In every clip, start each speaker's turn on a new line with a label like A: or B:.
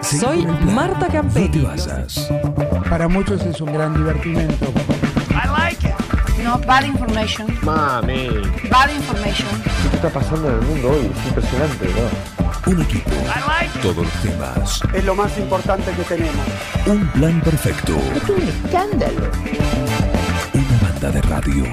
A: Seguí
B: Soy
A: con el plan.
B: Marta Camperi.
A: No te vayas.
C: Para muchos es un gran divertimento.
D: You know, bad information.
E: Mami,
D: Bad information.
F: ¿Qué está pasando en el mundo hoy? Es impresionante, ¿no?
A: Un equipo. Todos los temas.
G: Es lo más importante que tenemos.
A: Un plan perfecto. Es un escándalo. Una banda de radio.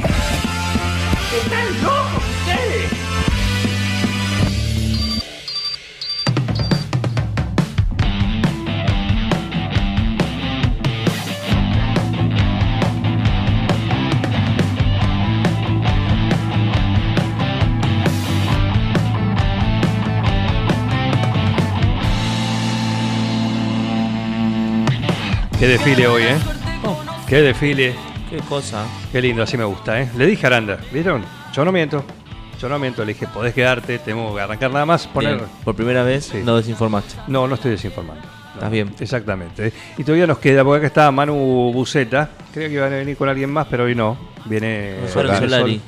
H: Qué desfile hoy, ¿eh? Qué desfile. Qué cosa. Qué lindo, así me gusta, ¿eh? Le dije a Aranda, ¿vieron? Yo no miento. Yo no miento. Le dije, podés quedarte, tengo que arrancar nada más, poner...
I: Bien, por primera vez
H: Sí.
I: no desinformaste.
H: No, no estoy desinformando. No.
I: Estás bien.
H: Exactamente. ¿eh? Y todavía nos queda, porque acá está Manu Buceta. Creo que iba a venir con alguien más, pero hoy no. Viene...
I: Solari.
H: Solari.
I: Solari.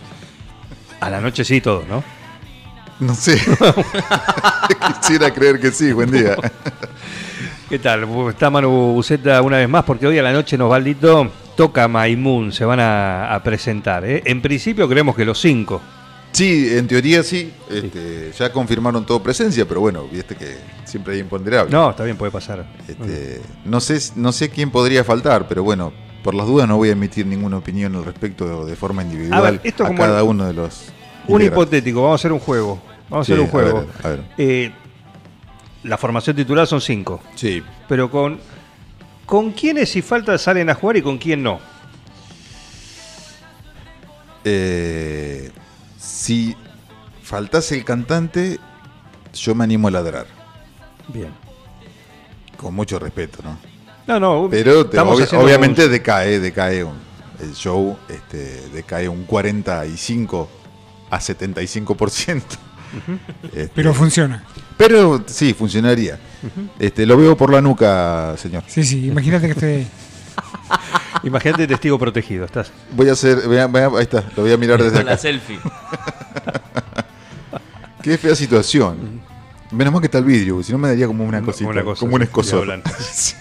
H: A la noche sí todo, ¿no?
J: No sé. Quisiera creer que sí, buen día.
H: ¿Qué tal? Está Manu Buceta una vez más, porque hoy a la noche nos Osvaldito toca Maimun, se van a, a presentar. ¿eh? En principio creemos que los cinco.
J: Sí, en teoría sí. Este, Ya confirmaron todo presencia, pero bueno, viste que siempre hay imponderable.
H: No, está bien, puede pasar.
J: Este, no, sé, no sé quién podría faltar, pero bueno, por las dudas no voy a emitir ninguna opinión al respecto de forma individual a,
H: A ver, esto como
J: cada
H: el-
J: uno de los.
H: Un
J: integrantes.
H: hipotético, vamos a hacer un juego. Vamos
J: Sí,
H: a hacer un
J: a
H: juego.
J: ver, a ver.
H: Eh, la formación titular son cinco.
J: Sí.
H: Pero con. ¿Con quiénes si falta salen a jugar y con quién no?
J: Eh, si faltase el cantante, yo me animo a ladrar.
H: Bien.
J: Con mucho respeto, ¿no?
H: No, no,
J: Pero te-
H: estamos
J: obvi-
H: haciendo
J: obviamente decae, decae un- el show, este, decae un 45 a 75%. Este,
C: Pero funciona.
J: pero sí, funcionaría. Este, lo veo por la nuca, señor.
C: Sí, sí, imagínate que estoy ahí.
H: un- Imagínate testigo protegido, estás.
J: Voy a hacer, vea- vea, ahí está, lo voy a mirar desde
I: Con la
J: acá.
I: selfie.
J: Qué fea situación. Menos mal que está el vidrio, si no me daría como una cosita,
H: una cosa,
J: como un
H: sí,
J: escosor.
H: diablan.
J: Sí.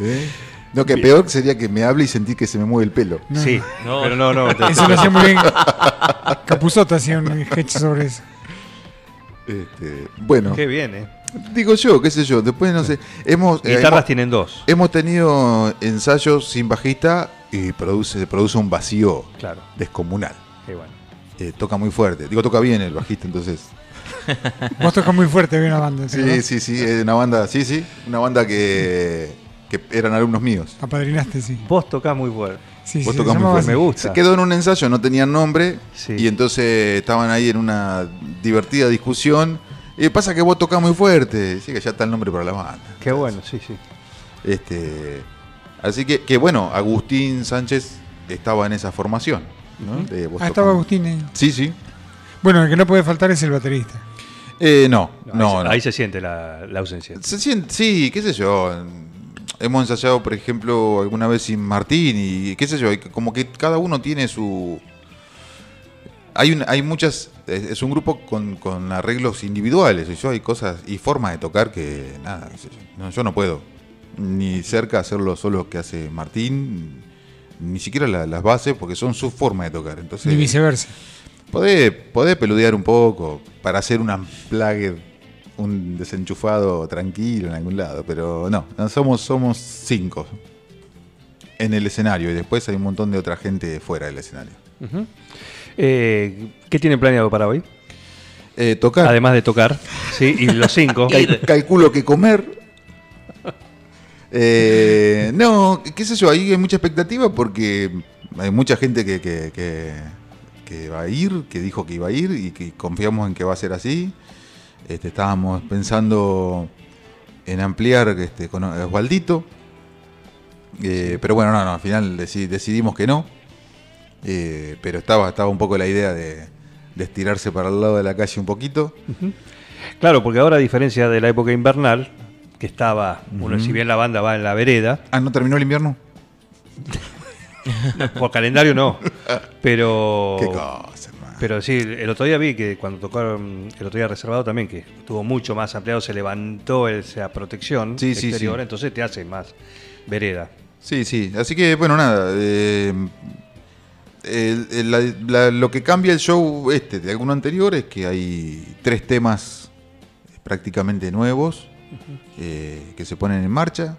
J: ¿Eh? Lo que peor sería que me hable y sentir que se me mueve el pelo.
H: Sí,
I: No.
H: pero no, no. te-
C: Eso lo hacía muy bien. Capuzoto hacía un sketch sobre eso.
J: Este, bueno,
H: Qué bien, ¿eh?
J: digo yo, qué sé yo, después no sé. Hemos, eh,
H: Guitarras
J: hemos-
H: tienen dos.
J: Hemos tenido ensayos sin bajista y produce, se produce un vacío
H: Claro.
J: descomunal.
H: Y bueno.
J: Eh, toca muy fuerte. Digo, toca bien el bajista, entonces.
C: Vos tocas muy fuerte, bien la banda.
J: Sí, sí, sí, es una banda, sí, sí, una banda que, que eran alumnos míos.
C: Apadrinaste, sí.
H: Vos tocás muy fuerte.
C: Sí,
J: Vos tocás
C: sí, se
J: muy
C: llamaba
J: fuerte.
H: Me
C: así.
H: gusta.
J: Se quedó en un ensayo, no tenían nombre
H: Sí.
J: y entonces estaban ahí en una divertida discusión. Y pasa que vos tocás muy fuerte, sí que ya está el nombre para la banda.
H: Qué bueno, sí, sí.
J: Este, así que, que bueno, Agustín Sánchez estaba en esa formación. ¿no? De vos
C: Ah, estaba
J: tocando.
C: Agustín. ahí.
J: Sí, sí.
C: Bueno, el que no puede faltar es el baterista.
J: Eh, no, no,
H: ahí, se,
J: no.
H: ahí se siente la, la ausencia.
J: Se siente- sí, qué sé yo. Hemos ensayado, por ejemplo, alguna vez sin Martín y qué sé yo. y Como que cada uno tiene su... Hay, un- hay muchas... Es, es un grupo con, con arreglos individuales. Y yo hay cosas y formas de tocar que... Nada, qué sé yo, no, yo no puedo. Ni cerca hacerlo solo que hace Martín. Ni siquiera la- las bases, porque son su forma de tocar. Entonces,
C: Y viceversa.
J: Podés, podés peludear un poco para hacer un unplugged, un desenchufado tranquilo en algún lado, pero no, no, somos, somos cinco en el escenario y después hay un montón de otra gente fuera del escenario.
H: Eh, ¿Qué tienen planeado para hoy?
J: Eh, tocar,
H: Además de tocar, ¿sí? Y los cinco.
J: Cal- calculo que comer. Eh, no, qué sé yo, ahí hay mucha expectativa porque hay mucha gente que, que- que- que va a ir, que dijo que iba a ir y que confiamos en que va a ser así. Este, estábamos pensando en ampliar este, con Osvaldito, Eh, pero bueno, no, no, al final deci- decidimos que no. Eh, pero estaba, estaba un poco la idea de, de estirarse para el lado de la calle un poquito.
H: Claro, porque ahora, a diferencia de la época invernal, que estaba, bueno, si bien la banda va en la vereda,
J: Ah, ¿no terminó el invierno?
H: por calendario no, pero, Oh.
J: Qué cosa, hermano.
H: Pero sí, el otro día vi que cuando tocaron, el otro día reservado también, que estuvo mucho más ampliado, se levantó esa protección
J: Sí, sí,
H: exterior,
J: sí.
H: entonces te hace más vereda.
J: Sí, sí. Así que, bueno, nada. eh, el- el- la- la- lo que cambia el show este de alguno anterior es que hay tres temas prácticamente nuevos eh, que se ponen en marcha.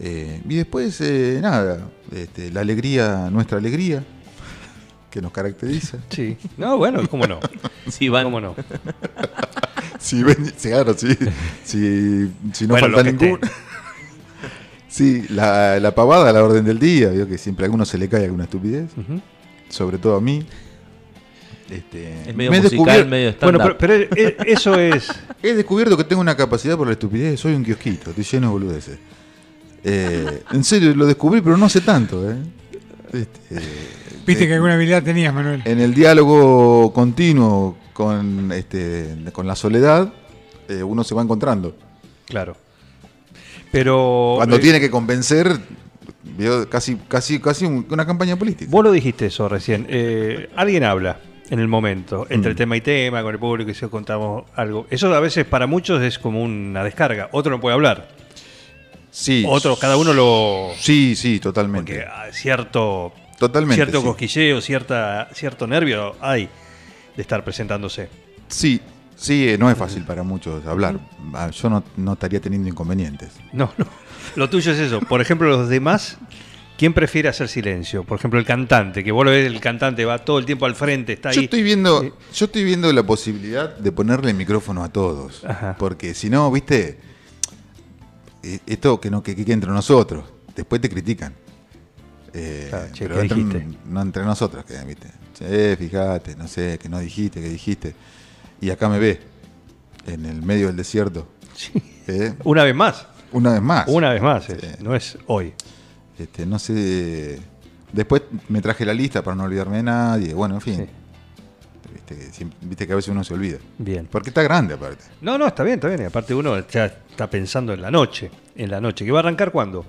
J: Eh, y después, eh, nada, este, la alegría, nuestra alegría, que nos caracteriza.
H: Sí. No, bueno, cómo no.
B: Sí, van.
H: ¿Cómo no?
J: Si ven, si- claro, si, si, si no
H: Bueno,
J: falta
H: lo que
J: ninguno. Sí, la, la pavada, la orden del día, vio que siempre a alguno se le cae alguna estupidez,
H: Ujú.
J: sobre todo a mí. Este,
B: Es medio
J: me he
B: musical,
J: descubierto-
B: medio stand
H: Bueno, pero, pero e- e- eso es.
J: He descubierto que tengo una capacidad por la estupidez, soy un kiosquito, estoy lleno de boludeces. Eh, en serio, lo descubrí, pero no hace tanto. ¿eh? Este,
C: Viste
J: eh,
C: que alguna habilidad tenías, Manuel.
J: en el diálogo continuo con, este, con la soledad, eh, uno se va encontrando.
H: Claro. Pero.
J: Cuando
H: eh,
J: tiene que convencer, vio, casi, casi, casi un- una campaña política.
H: Vos lo dijiste eso recién. Eh, alguien habla en el momento, entre
J: Mm.
H: tema y tema, con el público, y si contamos algo. Eso a veces para muchos es como una descarga. Otro no puede hablar.
J: sí.
H: Otro, cada uno lo.
J: Sí, sí,
H: Porque
J: totalmente.
H: ah, cierto.
J: Totalmente.
H: cierto
J: sí.
H: cosquilleo, cierta, cierto nervio hay de estar presentándose.
J: Sí, sí, eh, no es fácil para muchos hablar. Ah, Yo no, no estaría teniendo inconvenientes.
H: No, no. Lo tuyo es eso. Por ejemplo, los demás, ¿quién prefiere hacer silencio? Por ejemplo, el cantante, que vos lo ves, el cantante va todo el tiempo al frente, está
J: Yo
H: ahí.
J: estoy viendo, yo estoy viendo la posibilidad de ponerle micrófono a todos.
H: Ajá.
J: Porque si no, viste, eh, esto que no que, que quede entre nosotros. Después te critican. Eh,
H: Claro, che,
J: pero
H: ¿qué
J: entre-
H: dijiste?
J: no entre nosotros queda, viste. Che, fíjate, no sé, que no dijiste, que dijiste. Y acá me ve, en el medio del desierto. Eh,
H: Una vez más.
J: una vez más.
H: Una vez más. es.
J: Sí.
H: No es hoy.
J: Este, no sé. Después me traje la lista para no olvidarme de nadie. Bueno, en fin. Viste, que siempre- viste que a veces uno se olvida.
H: Bien.
J: Porque está grande aparte.
H: No, no, está bien, está bien. Y aparte uno ya está pensando en la noche. En la noche. ¿Que va a arrancar cuándo?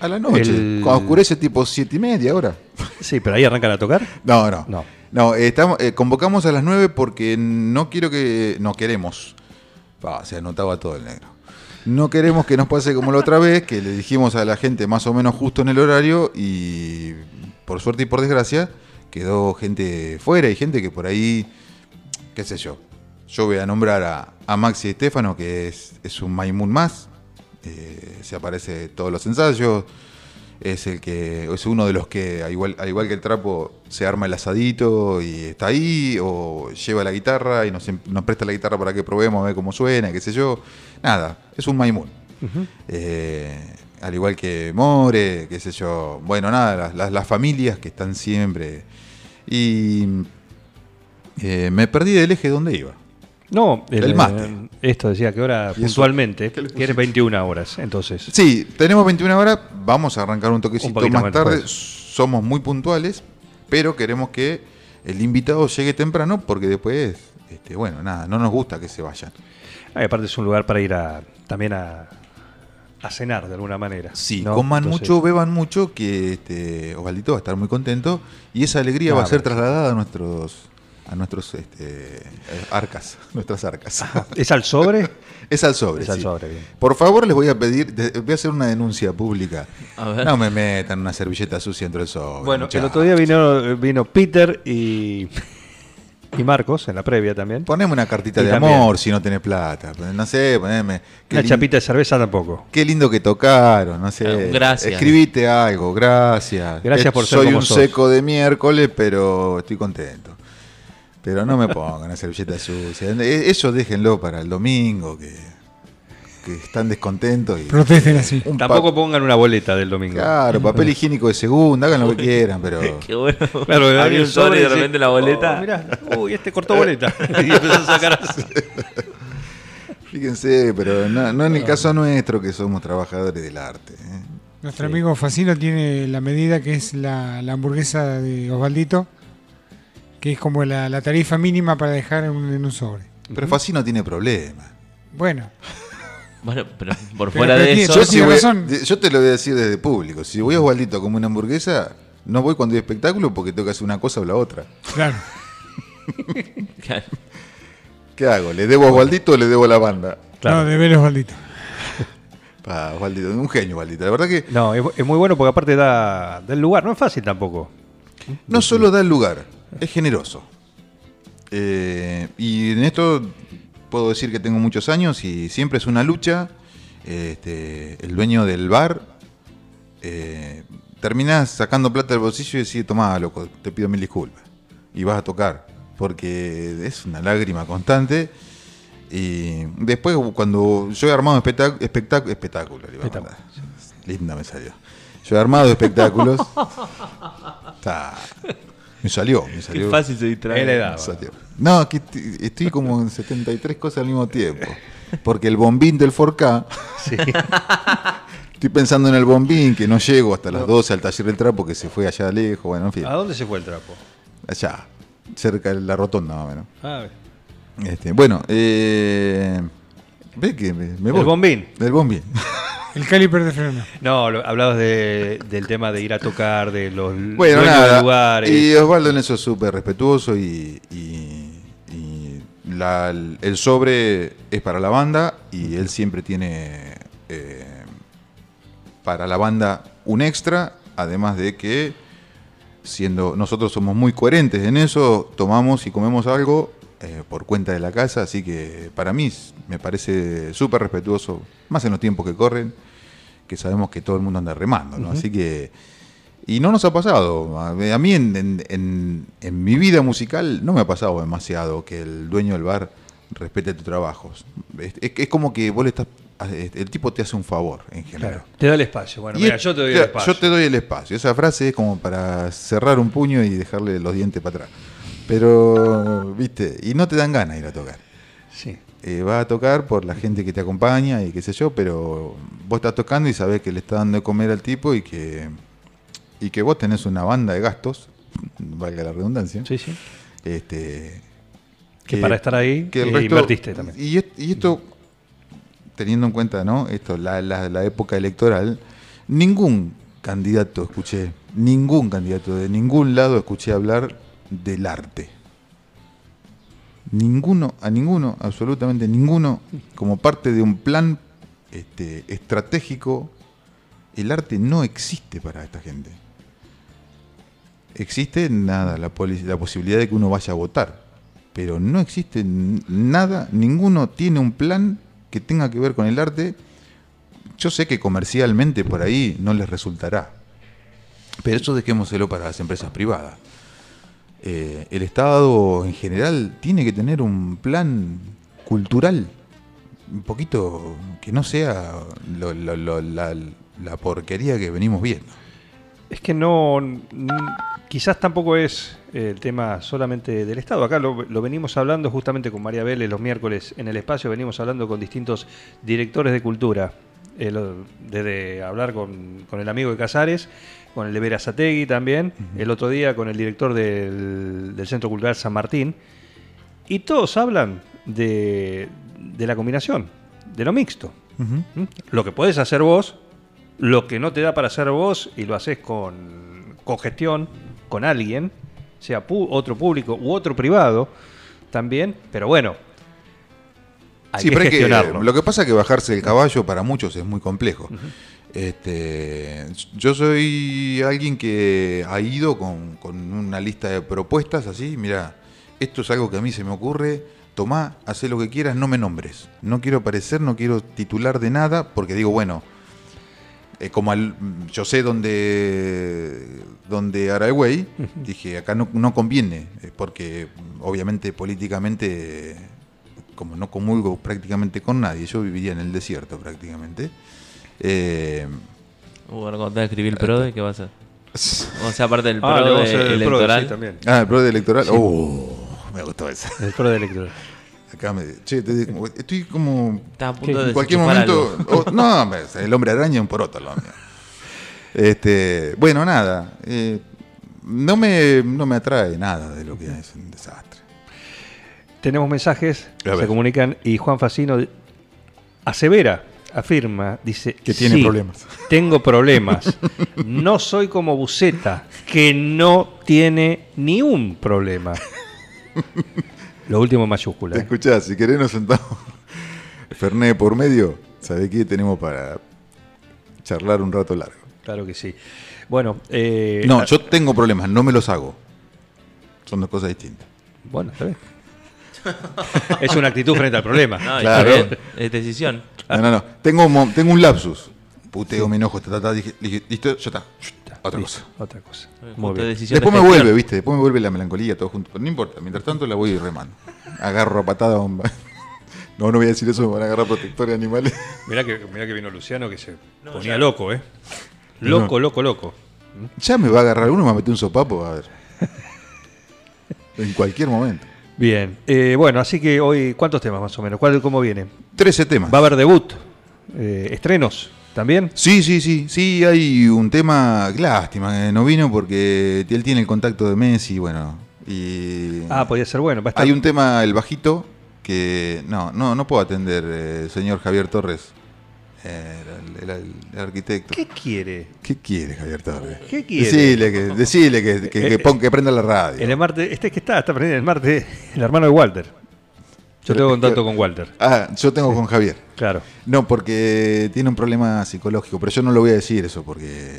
J: A la noche.
H: El-
J: Cuando oscurece tipo siete y media ahora.
H: Sí, pero ahí arrancan a tocar.
J: No, no.
H: No.
J: No, eh, estamos, eh, convocamos a las 9 porque no quiero que. No queremos. Ah, se anotaba todo el negro. No queremos que nos pase como la otra vez, que le dijimos a la gente más o menos justo en el horario y por suerte y por desgracia quedó gente fuera y gente que por ahí, qué sé yo. Yo voy a nombrar a, a Maxi Estefano, que es, es un Maimun más. eh, se aparece en todos los ensayos, es el que es uno de los que al igual, al igual que el trapo se arma el asadito y está ahí o lleva la guitarra y nos, em- nos presta la guitarra para que probemos a ver cómo suena qué sé yo nada es un maimún Eh, al igual que More qué sé yo bueno nada las, las- las familias que están siempre y eh, me perdí del eje donde iba
H: No, eh,
J: El mate.
H: Esto decía que ahora
J: ¿Y eso?
H: puntualmente,
J: ¿Qué le
H: que eres 21 horas. Entonces,
J: Sí, tenemos 21 horas, vamos a arrancar un
H: Un
J: toquecito
H: poquito
J: más
H: más
J: tarde,
H: después.
J: somos muy puntuales, pero queremos que el invitado llegue temprano porque después, este, bueno, nada, no nos gusta que se vayan.
H: Ah, y aparte es un lugar para ir a, también a, a cenar de alguna manera.
J: Sí,
H: ¿no?
J: coman
H: Entonces,
J: mucho, beban mucho, que este, Osvaldito va a estar muy contento y esa alegría
H: Ah,
J: va a ser
H: bueno.
J: trasladada a nuestros a nuestros este, eh, arcas, nuestras arcas.
H: ¿Es al sobre?
J: Es al sobre.
H: Es al
J: sí.
H: sobre, bien.
J: Por favor, les voy a pedir, de- voy a hacer una denuncia pública.
B: A ver.
J: No me metan una servilleta sucia entre el sobre.
H: Bueno, el
J: muchachos.
H: otro día vino, vino Peter y, y Marcos en la previa también.
J: Poneme una cartita
H: Y
J: de
H: también.
J: amor si no tenés plata. No sé, poneme. Qué,
H: Una
J: lin-
H: chapita de cerveza tampoco.
J: qué lindo que tocaron, no sé.
B: Eh, gracias.
J: Escribite algo, gracias.
H: Gracias
J: Eh,
H: por ser
J: Soy
H: como
J: un
H: sos.
J: seco de miércoles, pero estoy contento. Pero no me pongan una servilleta sucia. Eh, Eso déjenlo para el domingo, que, que están descontentos. Y,
C: Protesten así.
J: Un pa-
H: Tampoco pongan una boleta del domingo.
J: Claro, papel higiénico de segunda, hagan lo que quieran, pero.
B: Qué bueno.
H: Claro,
B: Abrí un sobre y de repente
H: "Oh,
B: la boleta.
H: mira, uy, este cortó boleta. y empezó a sacar así.
J: Fíjense, pero no, no en
B: Ah.
J: el caso nuestro, que somos trabajadores del arte. ¿eh?
C: Nuestro amigo Facino tiene la medida que es la, la hamburguesa de Osvaldito, que es como la, la tarifa mínima para dejar en un, en un sobre.
J: Pero Facino tiene problemas.
C: Bueno,
B: Bueno, pero por
C: Pero
B: fuera
C: que
B: de
C: tiene-
B: eso.
J: Yo,
C: Yo
J: sí
C: tiene
J: voy-
C: razón.
J: de- yo te lo voy a decir desde público. Si voy a Osvaldito como una hamburguesa, no voy cuando hay espectáculo porque tengo que hacer una cosa o la otra.
C: claro.
B: Claro.
J: ¿Qué hago? ¿Le debo a Osvaldito o le debo a la banda?
H: Claro.
C: No, de ver Osvaldito.
J: Pa, Osvaldito, un genio, Osvaldito. La verdad que
H: No, es, es muy bueno porque aparte da, da el lugar, no es fácil tampoco.
J: no solo da el lugar, es generoso. Eh, y en esto puedo decir que tengo muchos años y siempre es una lucha. Este, el dueño del bar eh, terminás sacando plata del bolsillo y decís, tomá, loco, te pido mil disculpas. Y vas a tocar, porque es una lágrima constante. Y después, cuando yo he armado espectáculos, espectáculo, le iba a
H: Espectáculo.
J: mandar. linda me salió. Yo he armado espectáculos. Ta. me salió, me
B: Qué
J: salió.
B: fácil se
H: Es la
B: distrae.
H: edad.
J: Salió. No, que t- estoy como en 73 cosas al mismo tiempo. Porque el bombín del 4K,
H: Sí.
J: estoy pensando en el bombín, que no llego hasta las 12 al taller del trapo, que se fue allá lejos, bueno, en fin.
H: ¿A dónde se fue el trapo?
J: Allá, cerca de la rotonda más o menos.
H: Ah, A ver.
J: Este, bueno, eh, ve que me, me voy.
H: El bombín.
J: El bombín.
C: El caliper de freno.
H: No, lo- hablabas de- del tema de ir a tocar, de los
J: Bueno,
H: dueños
J: nada.
H: de lugares.
J: Y Osvaldo en eso es súper respetuoso y, y- y la- el sobre es para la banda y él siempre tiene eh, para la banda un extra, además de que siendo nosotros somos muy coherentes en eso, tomamos y comemos algo eh, por cuenta de la casa, así que para mí s- me parece súper respetuoso, más en los tiempos que corren, que sabemos que todo el mundo anda remando, ¿no? Así que... Y no nos ha pasado. A a mí en, en- en- en mi vida musical no me ha pasado demasiado que el dueño del bar respete tu trabajo. Es, es- es como que vos le estás... ah, este, El tipo te hace un favor en general.
H: Claro. Te da el espacio. Bueno,
J: Y
H: mira,
J: es-
H: yo te doy el
J: claro,
H: espacio.
J: yo te doy el espacio. Esa frase es como para cerrar un puño y dejarle los dientes para atrás. Pero, viste, y no te dan ganas de ir a tocar.
H: Sí.
J: Eh, vas a tocar por la gente que te acompaña y qué sé yo, pero vos estás tocando y sabés que le está dando de comer al tipo y que, y que vos tenés una banda de gastos, valga la redundancia,
H: Sí, sí.
J: este,
H: Que para estar ahí,
J: que el
H: eh,
J: resto-
H: invertiste también.
J: Y, est- y esto, teniendo en cuenta ¿no? esto, la, la- la época electoral, ningún candidato escuché, ningún candidato de ningún lado escuché hablar del arte. Ninguno, a ninguno, absolutamente ninguno, como parte de un plan este, estratégico, el arte no existe para esta gente. Existe nada, la, poli- la posibilidad de que uno vaya a votar, pero no existe n- nada, ninguno tiene un plan que tenga que ver con el arte. Yo sé que comercialmente por ahí no les resultará, pero eso dejémoselo para las empresas privadas. Eh, el Estado en general tiene que tener un plan cultural, un poquito que no sea lo- lo- lo- la, la porquería que venimos viendo.
H: Es que no, n- quizás tampoco es eh, el tema solamente del Estado. Acá lo, lo venimos hablando justamente con María Vélez los miércoles en el espacio, venimos hablando con distintos directores de cultura. Eh, lo- desde hablar con, con el amigo de Casares, con el de Verazategui también, el otro día con el director del, del Centro Cultural San Martín, y todos hablan de, de la combinación, de lo mixto. ¿Mm? Lo que podés hacer vos, lo que no te da para hacer vos y lo haces con, con gestión, con alguien, sea pu- otro público u otro privado también, pero bueno, hay
J: Sí,
H: que
J: pero hay que-
H: gestionarlo.
J: lo que pasa es que bajarse del caballo para muchos es muy complejo. Este, yo soy alguien que ha ido con, con una lista de propuestas así, mira, esto es algo que a mí se me ocurre, tomá, haz lo que quieras, no me nombres. No quiero aparecer, no quiero titular de nada, porque digo, bueno, eh, como al- yo sé donde donde Araguay, dije, acá no, no conviene, eh, porque obviamente políticamente, eh, como no comulgo prácticamente con nadie, yo viviría en el desierto prácticamente. Eh,
B: Uh, ahora cuando te escribir el PRODE, ¿qué vas a hacer? Vamos a hacer aparte del
H: Ah, le vamos a hacer
B: PRODE
H: el pro, sí,
B: electoral.
H: también.
J: ah, el pro electoral. Oh, me gustó esa.
H: El pro de electoral.
J: Acá me, che, te- estoy como
B: Está a punto de
J: en cualquier
B: desenchufar
J: momento. o- no, hombre, el hombre araña un poroto, lo mío. Este, bueno, nada. eh, no, me, no me atrae nada de lo que es un desastre.
H: Tenemos mensajes,
J: A
H: se
J: ver.
H: comunican y Juan Facino asevera, afirma, dice
J: Que tiene
H: "Sí,
J: problemas".
H: Tengo problemas. No soy como Buceta, que no tiene ni un problema. Lo último en mayúscula.
J: Te
H: ¿eh?
J: escuchás, si querés nos sentamos. Ferné por medio, ¿sabés qué tenemos para charlar un rato largo?
H: Claro que sí. Bueno, eh,
J: No,
H: la-
J: yo tengo problemas, no me los hago. Son dos cosas distintas.
H: Bueno, está bien. es una actitud frente al problema.
B: No, y
J: Claro.
B: está bien, es decisión.
J: No, no, no. Tengo un, mo- tengo un lapsus. Puteo, me enojo, ta, ta, ta, dije, dije, listo, ya está. Otra cosa.
H: Otra cosa.
B: Justo decisión
J: Después
B: de
J: me
B: gestión.
J: vuelve, ¿viste? Después me vuelve la melancolía, todo junto. Pero no importa, mientras tanto la voy remando. Agarro a patada. un- No, no voy a decir eso, me van a agarrar protectores de animales.
H: Mirá que, mirá que vino Luciano que se ponía loco, ¿eh? Loco, loco, loco.
J: Ya me va a agarrar uno, me va a meter un sopapo, a ver. En cualquier momento.
H: Bien. Eh, bueno, así que hoy, ¿cuántos temas más o menos? ¿Cuál, ¿Cómo viene?
J: 13 temas.
H: Va a haber debut. eh, estrenos también.
J: Sí, sí, sí. Sí, hay un tema. Lástima que no vino porque él tiene el contacto de Messi, bueno. Y.
H: Ah, podía ser bueno. va a estar-
J: Hay un tema, el bajito, que no, no, no puedo atender, eh, señor Javier Torres, eh, el, el- el- el arquitecto. ¿Qué?
H: ¿Qué quiere?
J: quiere Javier Torres?
H: ¿Qué quiere?
J: Decile que, decile que, que- que
H: Eh,
J: pon- que prenda la
H: En el
J: radio.
H: martes, este que está, está aprendiendo el martes, el hermano de Walter. Yo tengo contacto con Walter,
J: Ah, yo tengo con Javier.
H: claro.
J: No, porque tiene un problema psicológico, pero yo no lo voy a decir eso porque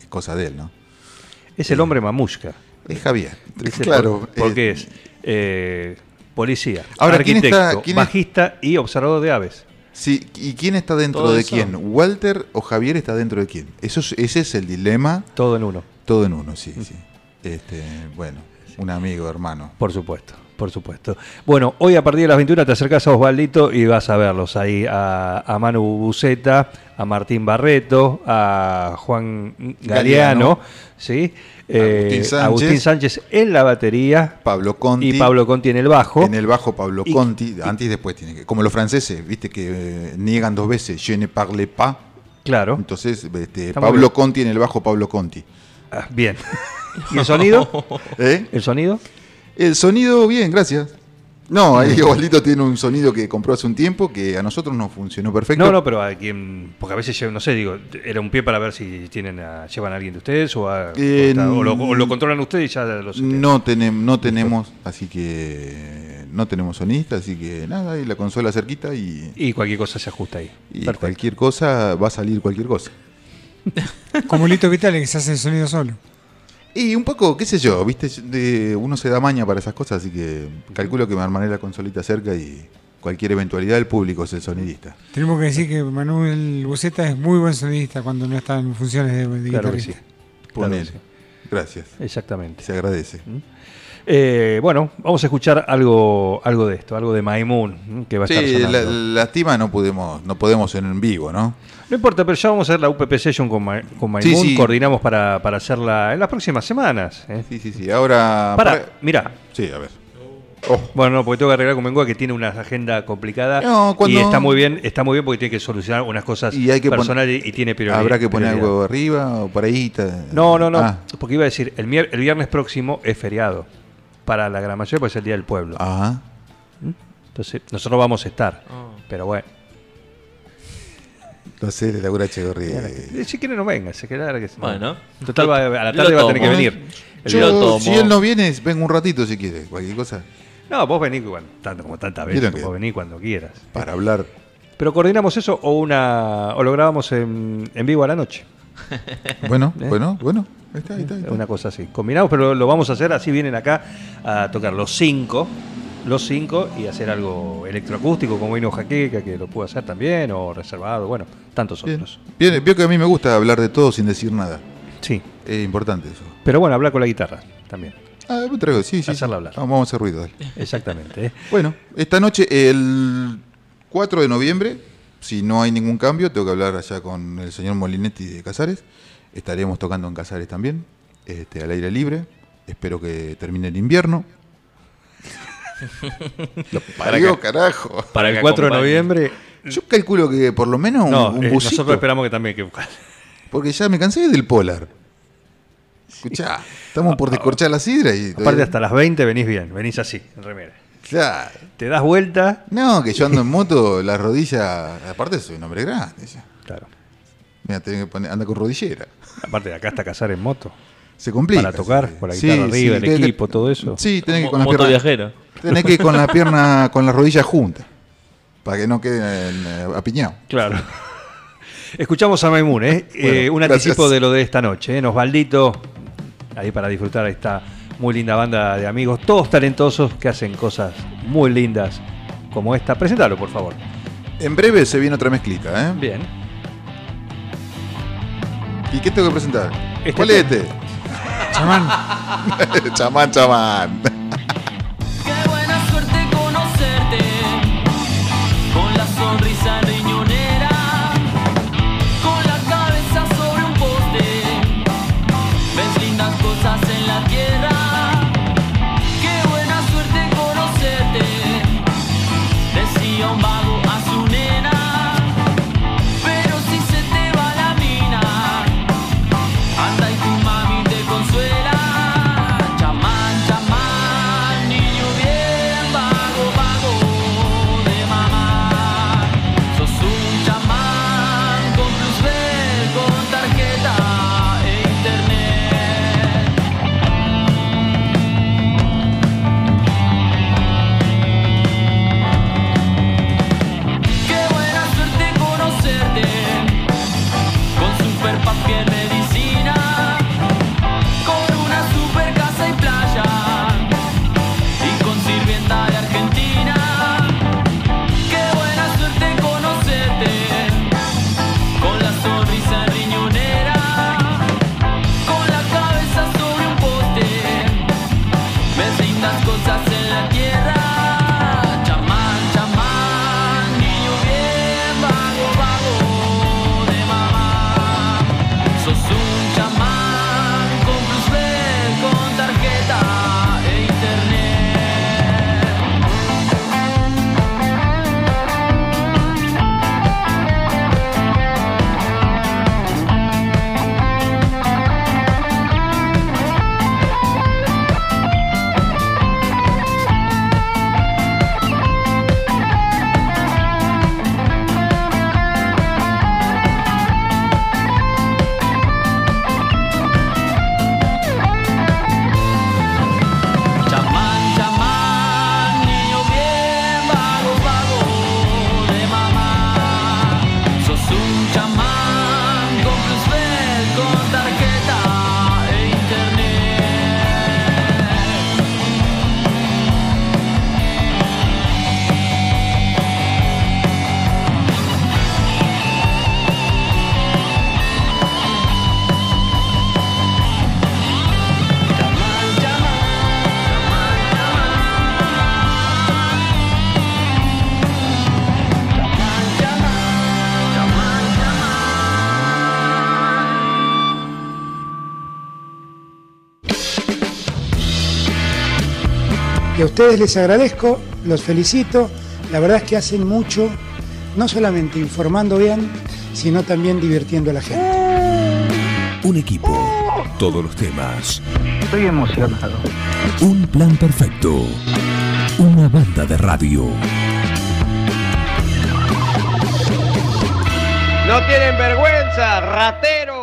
J: es cosa de él, ¿no?
H: Es el hombre mamushka.
J: Es Javier.
H: Es el-
J: claro.
H: Porque
J: eh,
H: es eh, policía,
J: Ahora, ¿quién
H: arquitecto,
J: está- quién es-
H: bajista y observador de aves.
J: Sí, ¿y quién está dentro
B: Todo
J: de
B: eso.
J: quién? ¿Walter o Javier está dentro de quién? Eso es- ese es el dilema.
H: Todo en uno,
J: Todo en uno,
H: Mm.
J: sí, sí. Este, bueno, un amigo, hermano.
H: por supuesto, por supuesto. Bueno, hoy a partir de las 21 te acercas a Osvaldito y vas a verlos ahí a, a Manu Buceta, a Martín Barreto, a Juan Galeano,
J: Galeano.
H: ¿sí? Eh,
J: Agustín Sánchez.
H: Agustín Sánchez en la batería
J: Pablo Conti.
H: y Pablo Conti en el bajo.
J: En el bajo Pablo
H: Y-
J: Conti, antes y después tiene que. Como los franceses, viste que eh, niegan dos veces, je ne parle pas.
H: Claro.
J: Entonces, este,
H: Está muy
J: Pablo
H: bien.
J: Conti en el bajo Pablo Conti.
H: Ah, Bien. ¿Y el sonido?
J: ¿Eh?
H: ¿El sonido?
J: El sonido, bien, gracias. No, ahí Osvaldito tiene un sonido que compró hace un tiempo que a nosotros nos funcionó perfecto.
H: No, no, pero a quien. Porque a veces, llevan, no sé, digo, era un pie para ver si tienen a- llevan a alguien de ustedes o, a-
J: Eh,
H: o está- o lo, o lo controlan ustedes y ya lo setean.
J: No, tenem- no tenemos, así que no tenemos sonista, así que nada, y la consola cerquita y,
H: Y cualquier cosa se ajusta ahí.
J: y
H: Perfecto.
J: cualquier cosa va a salir cualquier cosa.
C: Como Lito Vitale, que se hace el sonido solo.
J: Y un poco, qué sé yo, viste, de- uno se da maña para esas cosas, así que calculo que me armaré la consolita cerca y cualquier eventualidad el público es el sonidista.
C: Tenemos que decir que Manuel Buceta es muy buen sonidista cuando no está en funciones de, de
H: Claro que Mm. sí.
C: guitarrista.
J: Ponele.
H: Claro
J: Gracias.
H: Exactamente.
J: Se agradece.
H: Eh, bueno, vamos a escuchar algo, algo de esto, algo de Maimun, ¿m? que va a estar
J: Sí,
H: sonando.
J: la- lástima no pudimos, no podemos en vivo, ¿no?
H: No importa, pero ya vamos a hacer la UPP Session con, Ma- con Maimun.
J: Sí, sí.
H: Coordinamos para, para hacerla en las próximas semanas. ¿eh?
J: Sí, sí, sí. Ahora.
H: Para, mira,
J: Sí, a ver. Oh.
H: Bueno, no, porque tengo que arreglar con Mengua que tiene una agenda complicada
J: No, cuando-
H: y está muy bien, está muy bien porque tiene que solucionar unas cosas
J: Y hay que pon-
H: personales y tiene prioridad.
J: Habrá que poner
H: prioridad.
J: algo arriba o por ahí. ta-
H: No, no, no,
J: Ah.
H: porque iba a decir, el, mier- el viernes próximo es feriado. Para la gran mayoría pues es el Día del Pueblo.
J: Ajá.
H: Entonces, nosotros vamos a estar.
B: Ah.
H: Pero bueno,
J: No sé, de Laura Echegorría.
H: Eh, si quiere no venga, se queda ahora que se-
B: Bueno.
H: Total, va- a la
B: Lo
H: tarde va a tener que
B: tomo.
H: venir. El
J: Yo,
B: Lo tomo.
J: si él no viene, vengo un ratito si quiere, cualquier cosa.
H: viernes- No, vos venís cuando, tanto como tantas veces,
J: Miren que-
H: vos venís cuando quieras.
J: Para hablar.
H: Pero coordinamos eso o una o lo grabamos en, en vivo a la noche.
J: Bueno, bueno, bueno. Ahí está, ahí está. ahí está.
H: ¿Eh? Una cosa así. Combinamos, pero lo vamos a hacer así. Vienen acá a tocar los cinco. Los cinco y hacer algo electroacústico como vino Jaqueca, que lo pudo hacer también, o reservado, bueno, tantos
J: Bien.
H: otros.
J: Bien, vio que a mí me gusta hablar de todo sin decir nada.
H: Sí.
J: Es importante eso.
H: Pero bueno, hablar con la guitarra también.
J: Ah, me traigo, sí, sí.
H: Hacerla hablar.
J: Vamos, vamos a hacer ruido, dale.
H: Exactamente. ¿eh?
J: Bueno, esta noche, el 4 de noviembre, si no hay ningún cambio, tengo que hablar allá con el señor Molinetti de Casares. Estaremos tocando en Casares también, este, al aire libre. Espero que termine el invierno. Lo parió, carajo.
B: Para que
H: el 4 de
B: acompañe.
H: noviembre.
J: Yo calculo que por lo menos un,
H: No,
J: un
H: eh,
J: busito,
H: nosotros esperamos que también que
J: porque ya me cansé del polar. Escuchá, estamos por descorchar la sidra y...
H: Aparte, hasta las 20 venís bien, venís así, en remera.
J: Claro.
H: Te das vuelta.
J: No, que yo ando en moto, las rodillas... Aparte soy un hombre grande ya.
H: Claro.
J: Mira, tenés que poner, anda con rodillera.
H: Aparte, de acá hasta cazar en moto.
J: se complica.
H: Para tocar, con la
J: Sí,
H: guitarra
J: sí,
H: arriba, el
J: tenés que-
H: equipo, todo eso.
J: Sí, tenés que
B: Mo-
J: con las
B: moto
J: piernas.
B: viajera.
J: Tenés que ir con las piernas, con las rodillas juntas. Para que no queden eh, apiñados.
H: Claro. Escuchamos a Maimun, ¿eh? Eh, un
J: gracias.
H: anticipo de lo de esta noche. ¿eh? Osvaldito, ahí para disfrutar esta muy linda banda de amigos, todos talentosos que hacen cosas muy lindas como esta. Preséntalo, por favor.
J: En breve se viene otra mezclita, ¿eh?
H: Bien.
J: ¿Y qué tengo que presentar?
H: Este
J: ¿Cuál es este? Chamán. chamán, chamán.
E: Qué buena suerte conocerte Con la sonrisa riñonera Con la cabeza sobre un poste Ves lindas cosas en la tierra Qué buena suerte conocerte Decía un vago a su nena Pero si se te va la mina Anda y tu mami te consuela Chamán, chamán, niño bien vago, vago de mamá Sos un chamán con plusbel, con tarjeta e internet Qué buena suerte conocerte Con super papel medicina Con una super casa y playa Y con sirvienta de Argentina Qué buena suerte conocerte Con la sonrisa riñonera Con la cabeza sobre un poste Ves lindas cosas en la tierra Chamán, chamán, niño bien vago, vago de mamá Sos un chamán con plusbel, con tarjeta e internet Chamán, chamán, niño bien vago, vago de mamá. Sos un chamán con plusbel, con tarjeta e internet.
G: Y a ustedes les agradezco, los felicito. La verdad es que hacen mucho, no solamente informando bien, sino también divirtiendo a la gente.
A: Un equipo. Todos los temas.
F: Estoy emocionado.
A: Un plan perfecto. Una banda de radio.
I: No tienen vergüenza, ratero.